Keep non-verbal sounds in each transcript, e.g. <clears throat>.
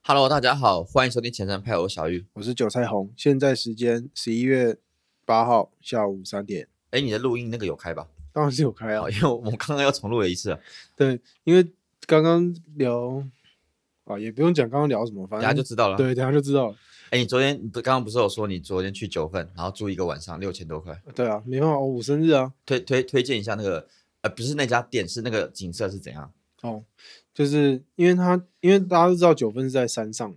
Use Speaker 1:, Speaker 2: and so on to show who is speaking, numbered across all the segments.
Speaker 1: Hello，大家好，欢迎收听前瞻派，我是小玉。
Speaker 2: 我是韭菜红，现在时间十一月八号下午三点，
Speaker 1: 哎，你的录音那个有开吧？ <laughs>
Speaker 2: 当然是有开啊
Speaker 1: 哦，。因为我们刚刚又重录了一次，
Speaker 2: 对，因为刚刚聊啊，也不用讲刚刚聊什么，反
Speaker 1: 大
Speaker 2: 正
Speaker 1: 家就知道了。，
Speaker 2: 对，等一下就知道了。
Speaker 1: 哎，你昨天你不刚刚不是有说你昨天去九份，然后住一个晚上六千多块？
Speaker 2: 对啊，没办法，哦我生日啊，
Speaker 1: 推推推荐一下那个，呃，不是那家店，是那个景色是怎样？
Speaker 2: 哦，就是因为他，因为大家都知道九份是在山上嘛，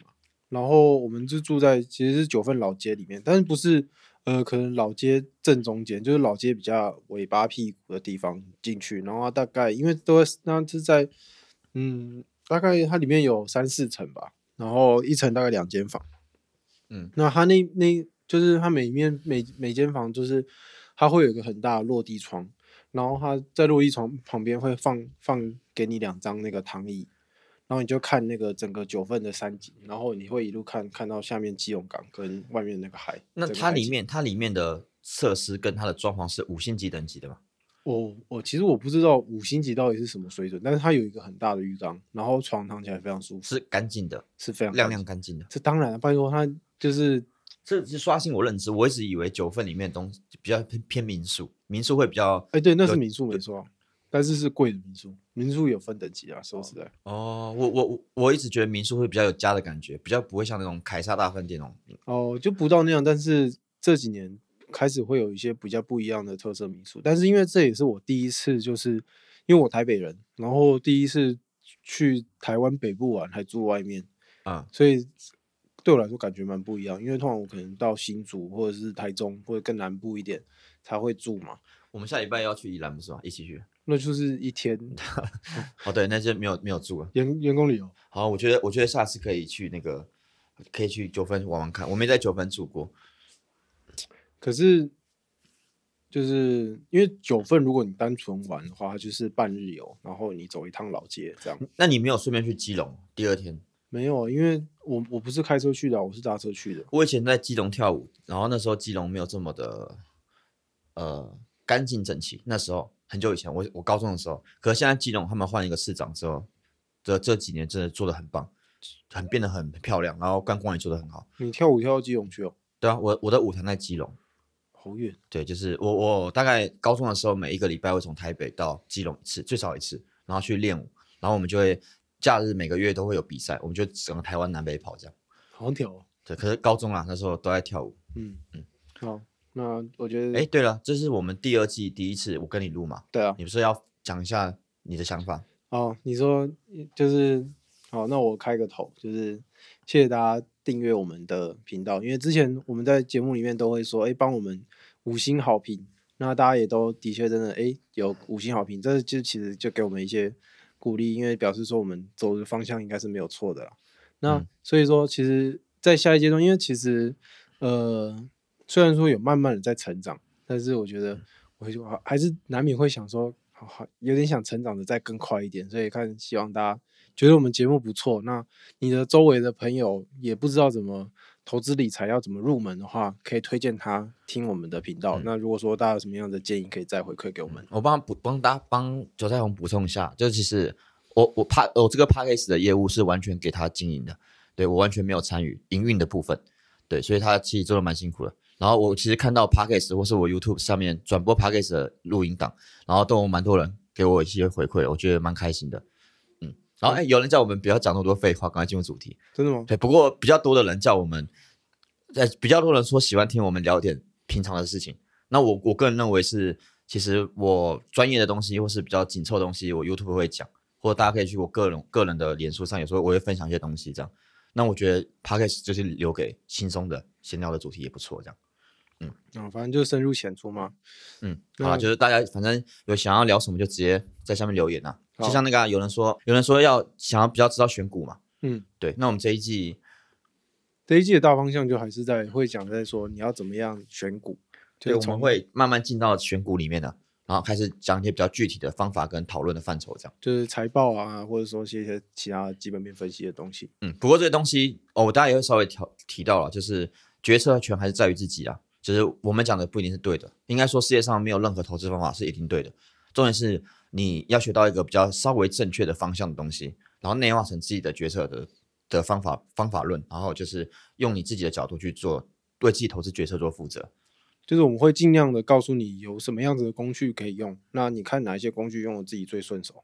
Speaker 2: 然后我们就住在其实是九份老街里面，但是不是呃，可能老街正中间，就是老街比较尾巴屁股的地方进去，然后它大概因为都在那是在嗯，大概它里面有三四层吧，然后一层大概两间房，
Speaker 1: 嗯，
Speaker 2: 那它那那就是它每面每每间房就是它会有一个很大的落地窗。然后它在落地窗旁边会放放给你两张那个躺椅，然后你就看那个整个九份的山景，然后你会一路看看到下面基隆港跟外面那个海。
Speaker 1: 那
Speaker 2: 整个
Speaker 1: 它
Speaker 2: 海
Speaker 1: 里
Speaker 2: 景
Speaker 1: 面它里面的设施跟它的装潢是五星级等级的吗？
Speaker 2: 我我其实我不知道五星级到底是什么水准，但是它有一个很大的浴缸，然后床躺起来非常舒服，
Speaker 1: 是干净的，
Speaker 2: 是非常
Speaker 1: 亮
Speaker 2: 干
Speaker 1: 亮
Speaker 2: 净。
Speaker 1: 干净的。
Speaker 2: 这当然了，拜托它就是
Speaker 1: 这是刷新我认知，我一直以为九份里面的东西比较偏偏民宿，民宿会比较
Speaker 2: 哎，对，那是
Speaker 1: 有
Speaker 2: 民宿没错啊，但是是贵的民宿，民宿有分等级啊，说实在。
Speaker 1: 哦，我我我我一直觉得民宿会比较有家的感觉，比较不会像那种凯撒大饭店那种。嗯
Speaker 2: 哦，就不到那样，但是这几年开始会有一些比较不一样的特色民宿。但是因为这也是我第一次，就是因为我台北人，然后第一次去台湾北部玩，还住外面，
Speaker 1: 啊、
Speaker 2: 所以对我来说感觉蛮不一样。因为通常我可能到新竹或者是台中或者更南部一点才会住嘛，
Speaker 1: 我们下礼拜要去宜兰不是吗？一起去。
Speaker 2: 那就是一天
Speaker 1: 哦，对，那些没有没有住啊。
Speaker 2: 员员工旅游。
Speaker 1: 好，我觉得我觉得下次可以去那个，可以去九份玩玩看。我没在九份住过，
Speaker 2: 可是就是因为九份，如果你单纯玩的话，它就是半日游，然后你走一趟老街这样。
Speaker 1: 那你没有顺便去基隆？第二天，
Speaker 2: 没有，啊因为我我不是开车去的啊，我是搭车去的。
Speaker 1: 我以前在基隆跳舞，然后那时候基隆没有这么的，呃，干净整齐。那时候很久以前，我我高中的时候，可是现在基隆他们换一个市长之后，这这几年真的做的很棒，很变得很漂亮，然后观光也做的很好。
Speaker 2: 你跳舞跳到基隆去哦，
Speaker 1: 对啊，我我的舞团在基隆，
Speaker 2: 好远。
Speaker 1: 对，就是我我大概高中的时候，每一个礼拜会从台北到基隆一次，最少一次，然后去练舞，然后我们就会假日每个月都会有比赛，我们就整个台湾南北跑这样。
Speaker 2: 好屌、哦。
Speaker 1: 对，可是高中啊那时候都在跳舞。
Speaker 2: 嗯
Speaker 1: 嗯
Speaker 2: 嗯，好，那我觉得，
Speaker 1: 哎，对了，这是我们第二季第一次我跟你录嘛，
Speaker 2: 对啊，
Speaker 1: 你不是要讲一下你的想法？
Speaker 2: 哦，你说就是好，那我开个头，就是谢谢大家订阅我们的频道，因为之前我们在节目里面都会说，哎，帮我们五星好评，那大家也都的确真的，哎，有五星好评，这就其实就给我们一些鼓励，因为表示说我们走的方向应该是没有错的啦。那、
Speaker 1: 嗯
Speaker 2: 所以说，其实，在下一阶段，因为其实，呃，虽然说有慢慢的在成长，但是我觉
Speaker 1: 嗯
Speaker 2: 得我就还还是难免会想说，好好有点想成长的再更快一点，所以看希望大家觉得我们节目不错，那你的周围的朋友也不知道怎么投资理财要怎么入门的话，可以推荐他听我们的频道。
Speaker 1: 嗯
Speaker 2: 那如果说大家有什么样的建议，可以再回馈给我们。
Speaker 1: 我帮他补帮大家帮韭菜红补充一下，就是其实我我怕我这个 p a c a s e 的业务是完全给他经营的，对我完全没有参与营运的部分，对，所以他其实做的蛮辛苦的。然后我其实看到 p a c a s e 或是我 YouTube 上面转播 p a c a s e 的录音档，然后都有蛮多人给我一些回馈的，我觉得蛮开心的。嗯，然后哎，有人叫我们不要讲那么多废话，赶快进入主题。
Speaker 2: 真的吗？
Speaker 1: 对，不过比较多的人叫我们，呃，比较多人说喜欢听我们聊点平常的事情。那我我个人认为是，其实我专业的东西或是比较紧凑的东西，我 YouTube 会讲，或者大家可以去我个人个人的脸书上，有时候我会分享一些东西这样。那我觉得 Podcast 就是留给轻松的闲聊的主题也不错，这样。
Speaker 2: 啊、反正就深入浅出嘛。
Speaker 1: 嗯，好啦，
Speaker 2: 那
Speaker 1: 就是大家反正有想要聊什么就直接在下面留言呐、
Speaker 2: 好
Speaker 1: 就像那个啊、有人说，有人说要想要比较知道选股嘛，
Speaker 2: 嗯，
Speaker 1: 对。那我们这一季
Speaker 2: 这一季的大方向就还是在会讲在说你要怎么样选股，就
Speaker 1: 对，
Speaker 2: 是
Speaker 1: 我
Speaker 2: 从
Speaker 1: 们会慢慢进到选股里面的，然后开始讲一些比较具体的方法跟讨论的范畴，这样。
Speaker 2: 就是财报啊，或者说是一些其他基本面分析的东西。
Speaker 1: 嗯，不过这个东西哦，我大家也会稍微调提到了，就是决策权还是在于自己啊。就是我们讲的不一定是对的，应该说世界上没有任何投资方法是一定对的。重点是你要学到一个比较稍微正确的方向的东西，然后内化成自己的决策的的方法方法论，然后就是用你自己的角度去做，对自己投资决策做负责。
Speaker 2: 就是我们会尽量的告诉你有什么样子的工具可以用，那你看哪一些工具用的自己最顺手。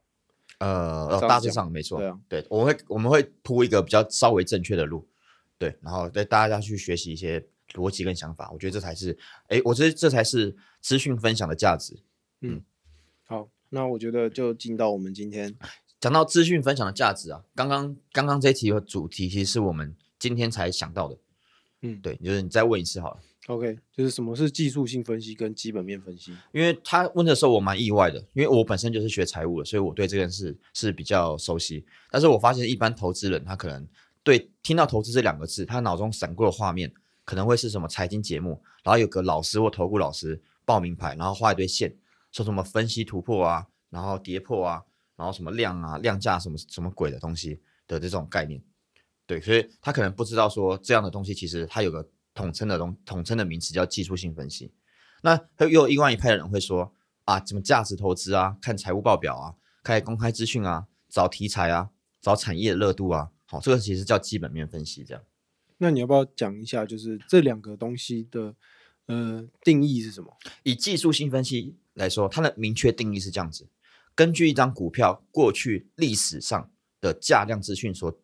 Speaker 1: 呃，
Speaker 2: 这样
Speaker 1: 呃大致
Speaker 2: 讲
Speaker 1: 上没错，
Speaker 2: 对啊
Speaker 1: 我们会我们会铺一个比较稍微正确的路，对，然后对大家去学习一些逻辑跟想法，我觉得这才是，哎，我觉得这才是资讯分享的价值。
Speaker 2: 好，那我觉得就进到我们今
Speaker 1: <clears throat>
Speaker 2: 天
Speaker 1: 讲到资讯分享的价值啊，刚刚刚刚这一题的主题其实是我们今天才想到的，
Speaker 2: 嗯
Speaker 1: 对，就是你再问一次好了，
Speaker 2: OK，就是什么是技术性分析跟基本面分析。
Speaker 1: 因为他问的时候我蛮意外的，因为我本身就是学财务的，所以我对这件事是比较熟悉。但是我发现一般投资人他可能对听到投资这两个字，他脑中闪过的画面可能会是什么财经节目，然后有个老师或投顾老师报名牌，然后画一堆线，说什么分析突破啊，然后跌破啊，然后什么量啊、量价什么什么鬼的东西的这种概念。对，所以他可能不知道说这样的东西其实它有个统称的东统称的名词叫技术性分析。那又有另外一派的人会说啊，怎么价值投资啊，看财务报表啊，看公开资讯啊，找题材啊，找产业的热度啊，好，这个其实叫基本面分析，这样。
Speaker 2: 那你要不要讲一下，就是这两个东西的呃定义是什么？
Speaker 1: 以技术性分析来说，它的明确定义是这样子：根据一张股票过去历史上的价量资讯所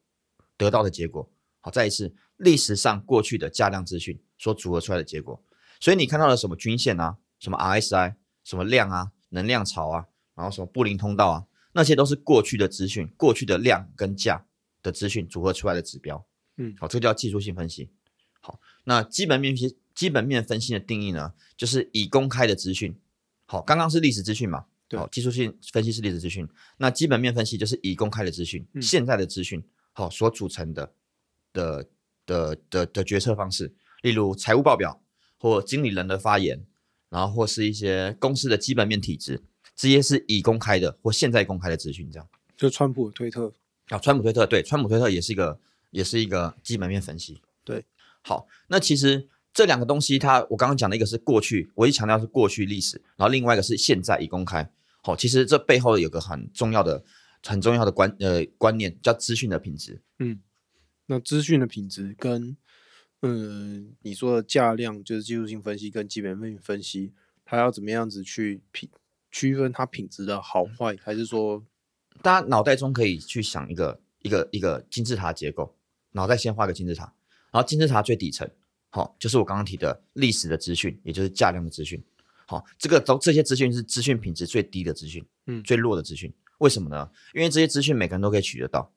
Speaker 1: 得到的结果。好，再一次，历史上过去的价量资讯所组合出来的结果。所以你看到了什么均线啊，什么 RSI，什么量啊，能量潮啊，然后什么布林通道啊，那些都是过去的资讯，过去的量跟价的资讯组合出来的指标。
Speaker 2: 嗯
Speaker 1: 好，这个叫技术性分析。好，那基本面分析基本面分析的定义呢，就是以公开的资讯，好，刚刚是历史资讯嘛，
Speaker 2: 对
Speaker 1: 好，技术性分析是历史资讯，那基本面分析就是以公开的资讯、
Speaker 2: 嗯
Speaker 1: 现在的资讯，好所组成的的的的的决策方式，例如财务报表或经理人的发言，然后或是一些公司的基本面体制，这些是已公开的或现在公开的资讯，这样。
Speaker 2: 就川普的推特。
Speaker 1: 啊，川普推特对，川普推特也是一个也是一个基本面分析。
Speaker 2: 对，
Speaker 1: 好，那其实这两个东西它，我刚刚讲的一个是过去，我一直强调是过去历史，然后另外一个是现在已公开。好，其实这背后有个很重要的、很重要的观呃观念，叫资讯的品质。
Speaker 2: 嗯，那资讯的品质跟嗯你说的价量，就是技术性分析跟基本面分析，它要怎么样子去品区分它品质的好坏，还是说
Speaker 1: 大家脑袋中可以去想一个一个一个金字塔结构，脑袋先画个金字塔，然后金字塔最底层，好、就是我刚刚提的历史的资讯，也就是价量的资讯。好、这个都这些资讯是资讯品质最低的资讯，
Speaker 2: 嗯
Speaker 1: 最弱的资讯。为什么呢？因为这些资讯每个人都可以取得到。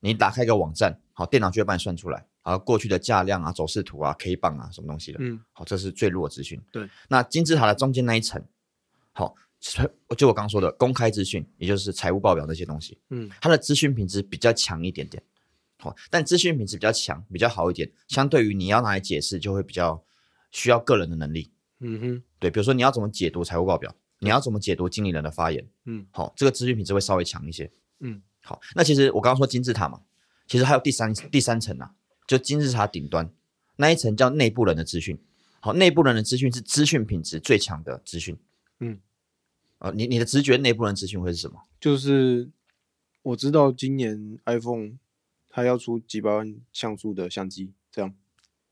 Speaker 1: 你打开一个网站，好，电脑就会帮你算出来，好，过去的价量啊、走势图啊、K 棒啊，什么东西的。
Speaker 2: 嗯
Speaker 1: 好，这是最弱的资讯。
Speaker 2: 对，
Speaker 1: 那金字塔的中间那一层，好，就我刚刚说的公开资讯，也就是财务报表那些东西，
Speaker 2: 嗯
Speaker 1: 它的资讯品质比较强一点点。好，但资讯品质比较强，比较好一点，相对于你要拿来解释，就会比较需要个人的能力。
Speaker 2: 嗯哼
Speaker 1: 对，比如说你要怎么解读财务报表，你要怎么解读经理人的发言，
Speaker 2: 嗯
Speaker 1: 好、这个资讯品质会稍微强一些。
Speaker 2: 嗯，
Speaker 1: 好，那其实我刚刚说金字塔嘛，其实还有第三第三层啊，就金字塔顶端那一层叫内部人的资讯。好，内部人的资讯是资讯品质最强的资讯。
Speaker 2: 嗯，
Speaker 1: 呃，你你的直觉内部人资讯会是什么？
Speaker 2: 就是我知道今年 iPhone 它要出几百万像素的相机，这样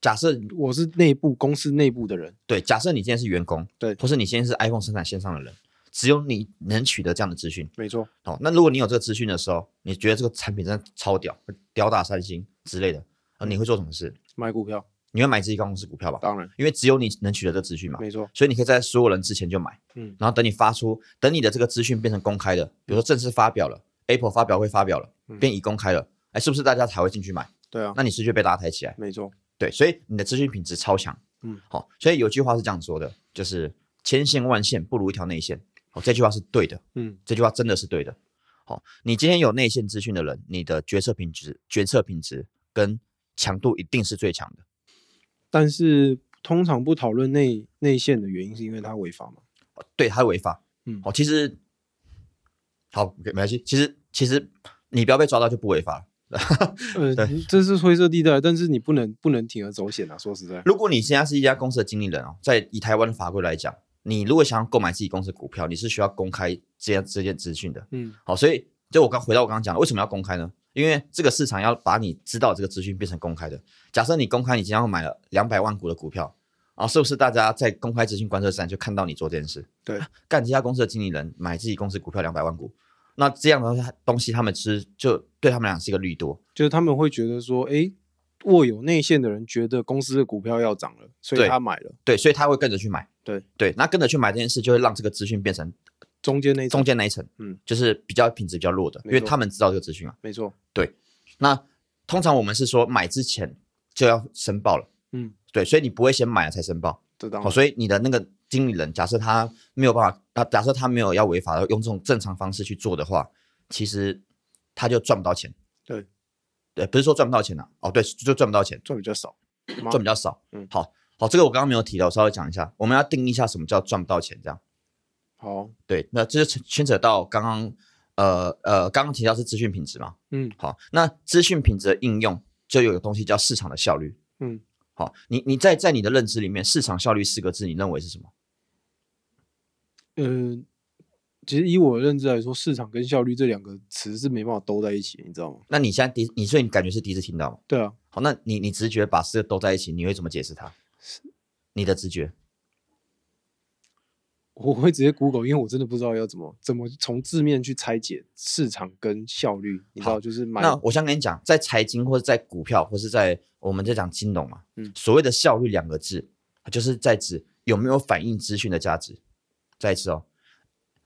Speaker 1: 假设
Speaker 2: 我是内部公司内部的人，
Speaker 1: 对，假设你今天是员工，
Speaker 2: 对
Speaker 1: 或是你今天是 iPhone 生产线上的人，只有你能取得这样的资讯。
Speaker 2: 没错，
Speaker 1: 好，那如果你有这个资讯的时候，你觉得这个产品真的超屌，屌打三星之类的，呃，你会做什么事？
Speaker 2: 买股票
Speaker 1: 你会买自己公司股票吧？
Speaker 2: 当然
Speaker 1: 因为只有你能取得这资讯嘛，
Speaker 2: 没错，
Speaker 1: 所以你可以在所有人之前就买，
Speaker 2: 嗯
Speaker 1: 然后等你发出，等你的这个资讯变成公开的，比如说正式发表了，Apple 发表会发表了，
Speaker 2: 嗯
Speaker 1: 变已公开了，哎，是不是大家才会进去买？
Speaker 2: 对啊，
Speaker 1: 那你是不是就被大家抬起来？
Speaker 2: 没错，
Speaker 1: 对，所以你的资讯品质超强。
Speaker 2: 嗯，
Speaker 1: 好、所以有句话是这样说的，就是千线万线不如一条内线。哦，这句话是对的，
Speaker 2: 嗯
Speaker 1: 这句话真的是对的。好、你今天有内线资讯的人，你的决策品质、决策品质跟强度一定是最强的。
Speaker 2: 但是通常不讨论内内线的原因，是因为它违法嘛？
Speaker 1: 对，它违法。
Speaker 2: 嗯
Speaker 1: 好、其实好没关系，其实其实你不要被抓到就不违法了。
Speaker 2: 呃，这是灰色地带，但是你不能不能铤而走险啊！说实在，
Speaker 1: 如果你现在是一家公司的经理人哦，在以台湾的法规来讲，你如果想要购买自己公司的股票，你是需要公开这样这件资讯的。
Speaker 2: 嗯
Speaker 1: 好，所以就我刚回到我刚刚讲的，为什么要公开呢？因为这个市场要把你知道这个资讯变成公开的。假设你公开你今天要买了两百万股的股票，然后是不是大家在公开资讯观测站就看到你做这件事？
Speaker 2: 对
Speaker 1: 啊， <laughs> 干这家公司的经理人买自己公司股票两百万股，那这样的东西他们吃就对他们俩是一个利多。
Speaker 2: 就是他们会觉得说，诶，握有内线的人觉得公司的股票要涨了，所以
Speaker 1: 对
Speaker 2: 他买了。
Speaker 1: 对，所以他会跟着去买。
Speaker 2: 对
Speaker 1: 对，那跟着去买这件事，就会让这个资讯变成
Speaker 2: 中间那一
Speaker 1: 中
Speaker 2: 种，
Speaker 1: 间那一层，
Speaker 2: 嗯，
Speaker 1: 就是比较品质比较弱的，
Speaker 2: 没
Speaker 1: 因
Speaker 2: 错
Speaker 1: 为他们知道这个资讯啊。
Speaker 2: 没错，
Speaker 1: 那通常我们是说买之前就要申报了，
Speaker 2: 嗯，
Speaker 1: 对，所以你不会先买了才申报，
Speaker 2: 这当
Speaker 1: 好、
Speaker 2: 然。
Speaker 1: 所以你的那个经理人，假设他没有办法，啊，假设他没有要违法，用这种正常方式去做的话，其实他就赚不到钱。
Speaker 2: 对，
Speaker 1: 对，不是说赚不到钱了、哦，对，就赚不到钱，
Speaker 2: 赚比较
Speaker 1: <clears throat>
Speaker 2: 少，吗
Speaker 1: 赚比较少。
Speaker 2: 嗯
Speaker 1: 好，好，这个我刚刚没有提到，我稍微讲一下，我们要定义一下什么叫赚不到钱，这样。
Speaker 2: 好，
Speaker 1: 对，那这就牵牵扯到刚刚呃呃刚刚提到是资讯品质嘛。
Speaker 2: 嗯
Speaker 1: 好，那资讯品质的应用就有个东西叫市场的效率。
Speaker 2: 嗯，
Speaker 1: 好，你你在在你的认知里面，市场效率四个字，你认为是什么？
Speaker 2: 嗯、其实以我的认知来说，市场跟效率这两个词是没办法兜在一起，你知道吗？
Speaker 1: 那你现在第你所以你感觉是第一次听到吗？
Speaker 2: 对啊，
Speaker 1: 好，那你你直觉把四个都在一起，你会怎么解释它？你的直觉，
Speaker 2: <laughs> 我会直接 Google，因为我真的不知道要怎么怎么从字面去拆解市场跟效率，你知道，
Speaker 1: 好
Speaker 2: 就是买
Speaker 1: 那我想跟你讲，在财经或者在股票，或是在我们在讲金融嘛，
Speaker 2: 嗯
Speaker 1: 所谓的效率两个字，就是在指有没有反映资讯的价值。再一次哦，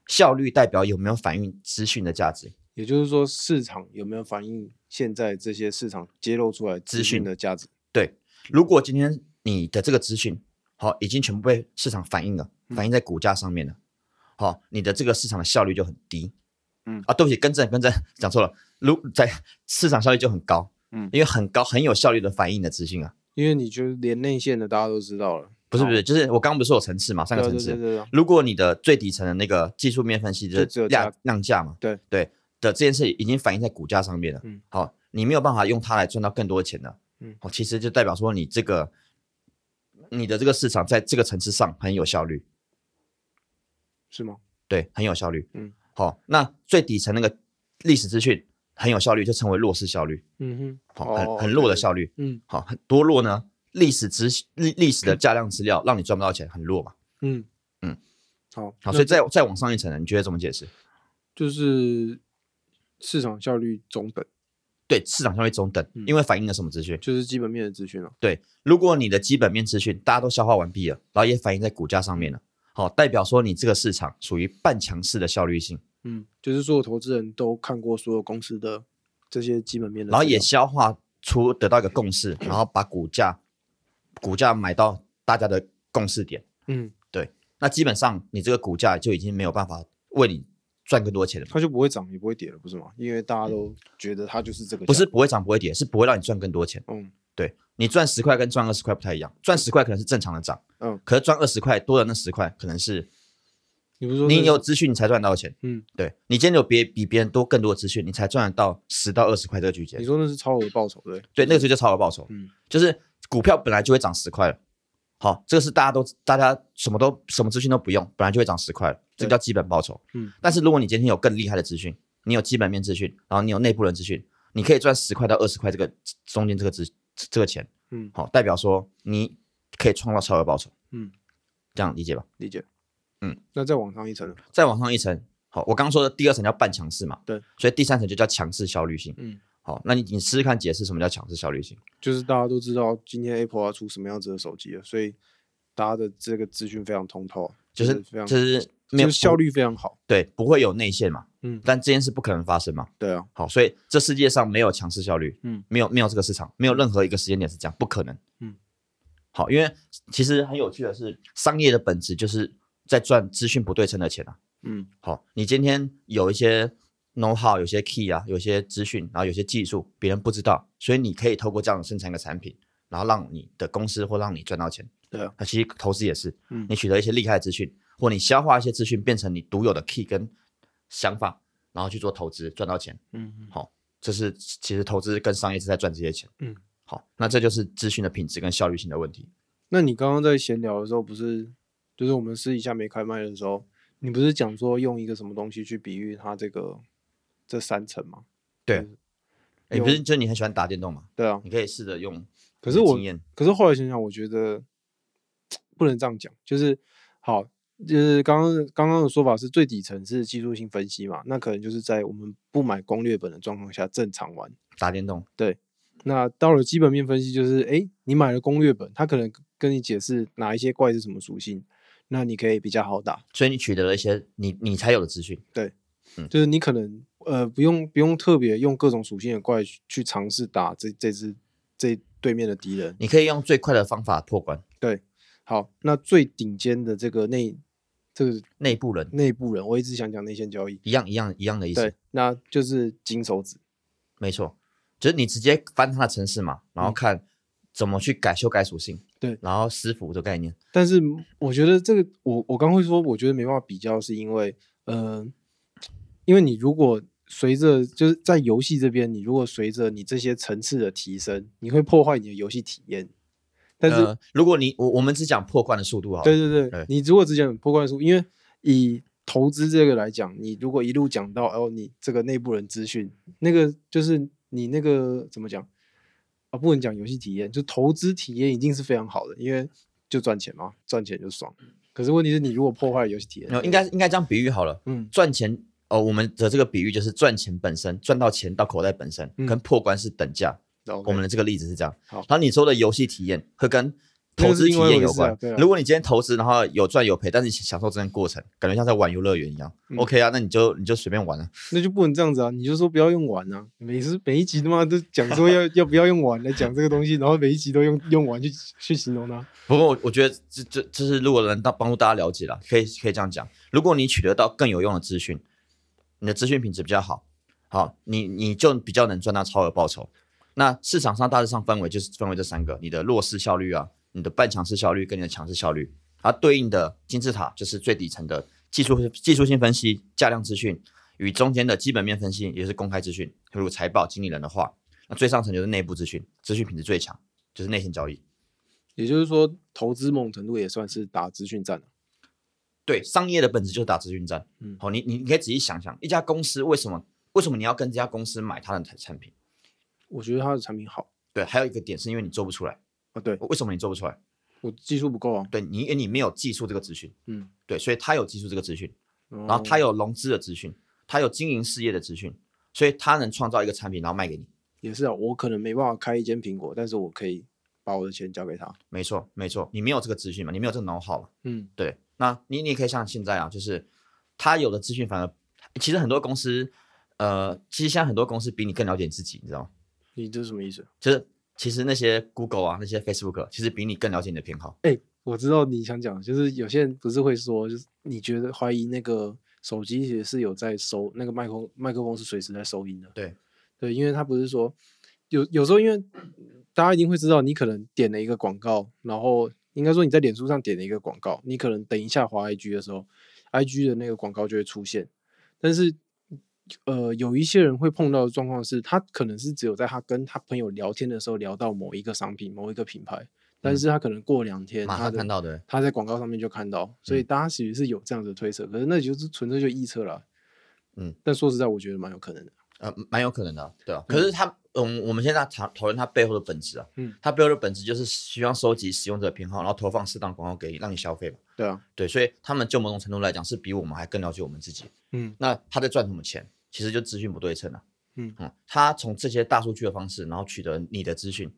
Speaker 1: 效率代表有没有反映资讯的价值。
Speaker 2: 也就是说市场有没有反映现在这些市场揭露出来资
Speaker 1: 资
Speaker 2: 讯
Speaker 1: 讯
Speaker 2: 的价值？
Speaker 1: 对，如果今天你的这个资讯好、已经全部被市场反映了，
Speaker 2: 嗯
Speaker 1: 反映在股价上面了，好、你的这个市场的效率就很低。
Speaker 2: 嗯
Speaker 1: 啊，对不起，更正更正，讲错了。如在市场效率就很高，
Speaker 2: 嗯
Speaker 1: 因为很高很有效率的反映你的资讯啊，
Speaker 2: 因为你就是连内线的大家都知道了，
Speaker 1: 不是
Speaker 2: 好
Speaker 1: 不是，就是我刚刚不是有层次嘛，三个
Speaker 2: 对
Speaker 1: 层
Speaker 2: 对对
Speaker 1: 次。
Speaker 2: 对对，
Speaker 1: 如果你的最底层的那个技术面分析就
Speaker 2: 就只有
Speaker 1: 是
Speaker 2: 价
Speaker 1: 量量价嘛，
Speaker 2: 对
Speaker 1: 对的这件事已经反映在股价上面了，
Speaker 2: 嗯
Speaker 1: 好，你没有办法用它来赚到更多的钱了，
Speaker 2: 嗯
Speaker 1: 好，其实就代表说你这个你的这个市场在这个层次上很有效率，
Speaker 2: 是吗？
Speaker 1: 对，很有效率，
Speaker 2: 嗯，
Speaker 1: 好，那最底层那个历史资讯很有效率，就称为弱势效率，
Speaker 2: 嗯哼，
Speaker 1: 好，很
Speaker 2: 哦
Speaker 1: 很弱的，效率，
Speaker 2: 对对嗯
Speaker 1: 好，很多弱呢，历史资历历史的价量资料让你赚不到钱，很弱嘛。
Speaker 2: 嗯
Speaker 1: 嗯，
Speaker 2: 好，
Speaker 1: 好，
Speaker 2: 那
Speaker 1: 所以再再往上一层呢，你觉得怎么解释？
Speaker 2: 就是市场效率中等，
Speaker 1: 对，市场上会中等，
Speaker 2: 嗯
Speaker 1: 因为反映了什么资讯？
Speaker 2: 就是基本面的资讯了。
Speaker 1: 对，如果你的基本面资讯大家都消化完毕了，然后也反映在股价上面了，好，代表说你这个市场属于半强势的效率性，
Speaker 2: 嗯，就是所有投资人都看过所有公司的这些基本面的资料，
Speaker 1: 然后也消化出得到一个共识，然后把股价股价买到大家的共识点，
Speaker 2: 嗯，
Speaker 1: 那基本上你这个股价就已经没有办法为你赚更多钱了。
Speaker 2: 它就不会涨也不会跌了，不是吗？因为大家都觉得它就是这个，
Speaker 1: 嗯不是，不会涨不会跌，是不会让你赚更多钱。
Speaker 2: 嗯
Speaker 1: 对你赚十块跟赚二十块不太一样，赚十块可能是正常的涨，
Speaker 2: 嗯，
Speaker 1: 可是赚二十块多的那十块可能是
Speaker 2: 你不是说
Speaker 1: 你
Speaker 2: 那
Speaker 1: 有资讯你才赚到钱。
Speaker 2: 嗯，
Speaker 1: 对你今天有别比别人多更多的资讯，你才赚得到十到二十块这个区间
Speaker 2: 你。说那是超额报酬对？
Speaker 1: 对，那个就叫超额报酬。
Speaker 2: 嗯
Speaker 1: 就是股票本来就会涨十块了，好，这个是大家都大家什么都什么资讯都不用，本来就会涨十块了，这个叫基本报酬。
Speaker 2: 嗯，
Speaker 1: 但是如果你今天有更厉害的资讯，你有基本面资讯，然后你有内部人资讯，你可以赚十块到二十块这个中间这个资这个钱，
Speaker 2: 嗯
Speaker 1: 好，代表说你可以创造超额报酬，
Speaker 2: 嗯，
Speaker 1: 这样理解吧？
Speaker 2: 理解。
Speaker 1: 嗯，
Speaker 2: 那再往上一层呢，
Speaker 1: 再往上一层，好，我刚刚说的第二层叫半强势嘛，
Speaker 2: 对，
Speaker 1: 所以第三层就叫强势效率性。
Speaker 2: 嗯，
Speaker 1: 好，那你你试试看解释什么叫强势效率性？
Speaker 2: 就是大家都知道今天 Apple 要出什么样子的手机了，所以大家的这个资讯非常通透，啊
Speaker 1: 就是
Speaker 2: 非常
Speaker 1: 就是没有
Speaker 2: 就是效率非常好。
Speaker 1: 对，不会有内线嘛，
Speaker 2: 嗯，
Speaker 1: 但这件事不可能发生嘛。
Speaker 2: 对啊，
Speaker 1: 好，所以这世界上没有强势效率，
Speaker 2: 嗯，
Speaker 1: 没有没有这个市场，没有任何一个时间点是这样，不可能，
Speaker 2: 嗯。
Speaker 1: 好，因为其实很有趣的是，商业的本质就是在赚资讯不对称的钱啊。
Speaker 2: 嗯
Speaker 1: 好，你今天有一些 know how，有些 key 啊，有些资讯，然后有些技术别人不知道，所以你可以透过这样生产一个产品，然后让你的公司或让你赚到钱。
Speaker 2: 对啊，
Speaker 1: 那其实投资也是，
Speaker 2: 嗯
Speaker 1: 你取得一些厉害的资讯，或你消化一些资讯，变成你独有的 key 跟想法，然后去做投资赚到钱。
Speaker 2: 嗯嗯
Speaker 1: 好，这是其实投资跟商业是在赚这些钱。
Speaker 2: 嗯，
Speaker 1: 好，那这就是资讯的品质跟效率性的问题。
Speaker 2: 那你刚刚在闲聊的时候，不是就是我们私底下没开麦的时候，你不是讲说用一个什么东西去比喻它这个这三层吗？
Speaker 1: 对
Speaker 2: 就是，
Speaker 1: 哎，
Speaker 2: 嗯有
Speaker 1: 不是，就你很喜欢打电动嘛？
Speaker 2: 对啊。
Speaker 1: 你可以试着用。
Speaker 2: 可是我
Speaker 1: 经验，
Speaker 2: 可是后来想想，我觉得不能这样讲，就是好，就是刚刚刚刚的说法是最底层是技术性分析嘛，那可能就是在我们不买攻略本的状况下正常玩。
Speaker 1: 打电动，
Speaker 2: 那到了基本面分析，就是诶，你买了攻略本，它可能跟你解释哪一些怪是什么属性，那你可以比较好打。
Speaker 1: 所以你取得了一些你你才有的资讯。
Speaker 2: 就是你可能呃不用不用特别用各种属性的怪去去尝试打这这只这对面的敌人。
Speaker 1: 你可以用最快的方法破关
Speaker 2: 好，那最顶尖的这个内这个
Speaker 1: 内部人，
Speaker 2: 内部人，我一直想讲内线交易，
Speaker 1: 一样一样一样的意思
Speaker 2: 对。，那就是金手指，
Speaker 1: 没错，就是你直接翻它的城市嘛，然后看怎么去改修改属性，
Speaker 2: 嗯对
Speaker 1: 然后私服的概念，
Speaker 2: 但是我觉得这个，我我刚会说，我觉得没办法比较，是因为，呃，因为你如果随着就是在游戏这边，你如果随着你这些层次的提升，你会破坏你的游戏体验。但是，
Speaker 1: 呃、如果你我我们只讲破关的速度好了，
Speaker 2: 对对
Speaker 1: 对
Speaker 2: 对，你如果只讲破关数，因为以投资这个来讲，你如果一路讲到哦，你这个内部人资讯，那个就是你那个怎么讲啊？不能讲游戏体验，就投资体验一定是非常好的，因为就赚钱嘛，赚钱就爽。可是问题是你如果破坏游戏体验，
Speaker 1: 呃应该应该这样比喻好了，
Speaker 2: 嗯
Speaker 1: 赚钱哦，我们的这个比喻就是赚钱本身，赚到钱到口袋本身、
Speaker 2: 嗯
Speaker 1: 跟破关是等价，我
Speaker 2: ，OK，
Speaker 1: 们的这个例子是这样。
Speaker 2: 好
Speaker 1: 然后你说的游戏体验会跟
Speaker 2: 那
Speaker 1: 投
Speaker 2: 个
Speaker 1: 资
Speaker 2: 是
Speaker 1: 体
Speaker 2: 另外
Speaker 1: 验
Speaker 2: 一回
Speaker 1: 有
Speaker 2: 事啊
Speaker 1: 关。
Speaker 2: 对啊
Speaker 1: 如果你今天投资，然后有赚有赔，但是你享受这段过程，感觉像在玩游乐园一样、
Speaker 2: 嗯
Speaker 1: o k 啊，那你就你就随便玩了、
Speaker 2: 那就不能这样子啊！你就说不要用完啊，每次每一集他妈都讲说 <laughs> 要要不要用完来讲这个东西，然后每一集都用用完去去形容它。
Speaker 1: 不过我我觉得这这这是如果能当帮助大家了解了，可以可以这样讲。如果你取得到更有用的资讯，你的资讯品质比较好，好，你你就比较能赚到超额报酬。那市场上大致上分为就是分为这三个：你的弱势效率啊，你的半强势效率跟你的强势效率。它对应的金字塔就是最底层的技术技术性分析、价量资讯，与中间的基本面分析，也就是公开资讯，如果财报、经理人的话，那最上层就是内部资讯，资讯品质最强，就是内线交易。
Speaker 2: 也就是说，投资某种程度也算是打资讯战啊了。
Speaker 1: 对，商业的本质就是打资讯战。
Speaker 2: 嗯
Speaker 1: 好、你你你可以仔细想想，一家公司为什么为什么你要跟这家公司买它的产产品？
Speaker 2: 我觉得它的产品好
Speaker 1: 对，还有一个点是因为你做不出来，
Speaker 2: 啊，对
Speaker 1: 为什么你做不出来？
Speaker 2: 我技术不够啊，
Speaker 1: 对你，因为你没有技术这个资讯，
Speaker 2: 嗯，哦
Speaker 1: 对，所以他有技术这个资讯，
Speaker 2: 然
Speaker 1: 然后他有融资的资讯，他有经营事业的资讯，所以他能创造一个产品，然后卖给你。
Speaker 2: 也是啊，我可能没办法开一间苹果，但是我可以把我的钱交给他，
Speaker 1: 没错，没错，你没有这个资讯嘛，你没有这个 know how 嘛，
Speaker 2: 嗯，
Speaker 1: 对，那你你也可以像现在啊，就是他有的资讯反而，其实很多公司，呃，其实现在很多公司比你更了解你自己，你知道吗？
Speaker 2: 你这是什么意思？
Speaker 1: 就是其实那些 Google 啊，那些 Facebook，其实比你更了解你的偏好。
Speaker 2: 我知道你想讲的，就是有些人不是会说，就是你觉得怀疑那个手机也是有在收那个麦克风麦克风是随时在收音的，
Speaker 1: 对
Speaker 2: 对，因为他不是说有有时候因为大家一定会知道，你可能点了一个广告，然后应该说你在脸书上点了一个广告，你可能等一下滑 IG 的时候，IG 的那个广告就会出现，但是。呃，有一些人会碰到的状况是，他可能是只有在他跟他朋友聊天的时候聊到某一个商品、某一个品牌，但
Speaker 1: 嗯
Speaker 2: 是他可能过两天，
Speaker 1: 马
Speaker 2: 他
Speaker 1: 上
Speaker 2: 的
Speaker 1: 看到嗯的，
Speaker 2: 他在广告上面就看到，所以大家其实是有这样子的推测，可是那就是纯粹就臆测了。
Speaker 1: 嗯，
Speaker 2: 但说实在，我觉得蛮有可能的。
Speaker 1: 呃，蛮有可能的啊，对啊。可是他，嗯，我们现在讨讨论它背后的本质啊，
Speaker 2: 嗯，
Speaker 1: 它背后的本质就是希望收集使用者的偏好，然后投放适当广告给你，让你消费嘛。
Speaker 2: 对啊，
Speaker 1: 对，所以他们就某种程度来讲，是比我们还更了解我们自己。
Speaker 2: 嗯
Speaker 1: 那他在赚什么钱？其实就资讯不对称啊。
Speaker 2: 嗯
Speaker 1: 嗯，他从这些大数据的方式，然后取得你的资讯，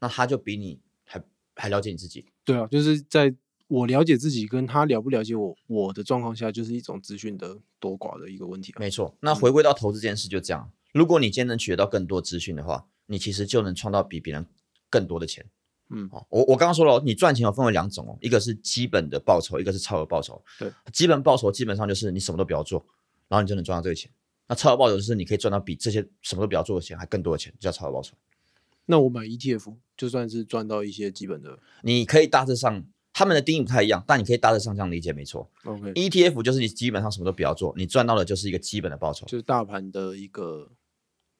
Speaker 1: 那他就比你还还了解你自己。
Speaker 2: 对啊，就是在我了解自己跟他了不了解我我的状况下，就是一种资讯的多寡的一个问题啊。
Speaker 1: 没错，那回归到投资这件事就这样，如果你今天能取得到更多资讯的话，你其实就能创造比别人更多的钱。
Speaker 2: 嗯
Speaker 1: 哦，我我刚刚说了哦，你赚钱有分为两种哦，一个是基本的报酬，一个是超额报酬。
Speaker 2: 对，
Speaker 1: 基本报酬基本上就是你什么都不要做，然后你就能赚到这个钱。那超额报酬就是你可以赚到比这些什么都不要做的钱还更多的钱，就叫超额报酬。
Speaker 2: 那我买 ETF 就算是赚到一些基本的
Speaker 1: 你可以大致上他们的定义不太一样，但你可以大致上这样理解没错。
Speaker 2: OK，
Speaker 1: ETF 就是你基本上什么都不要做，你赚到的就是一个基本的报酬，
Speaker 2: 就是大盘的一个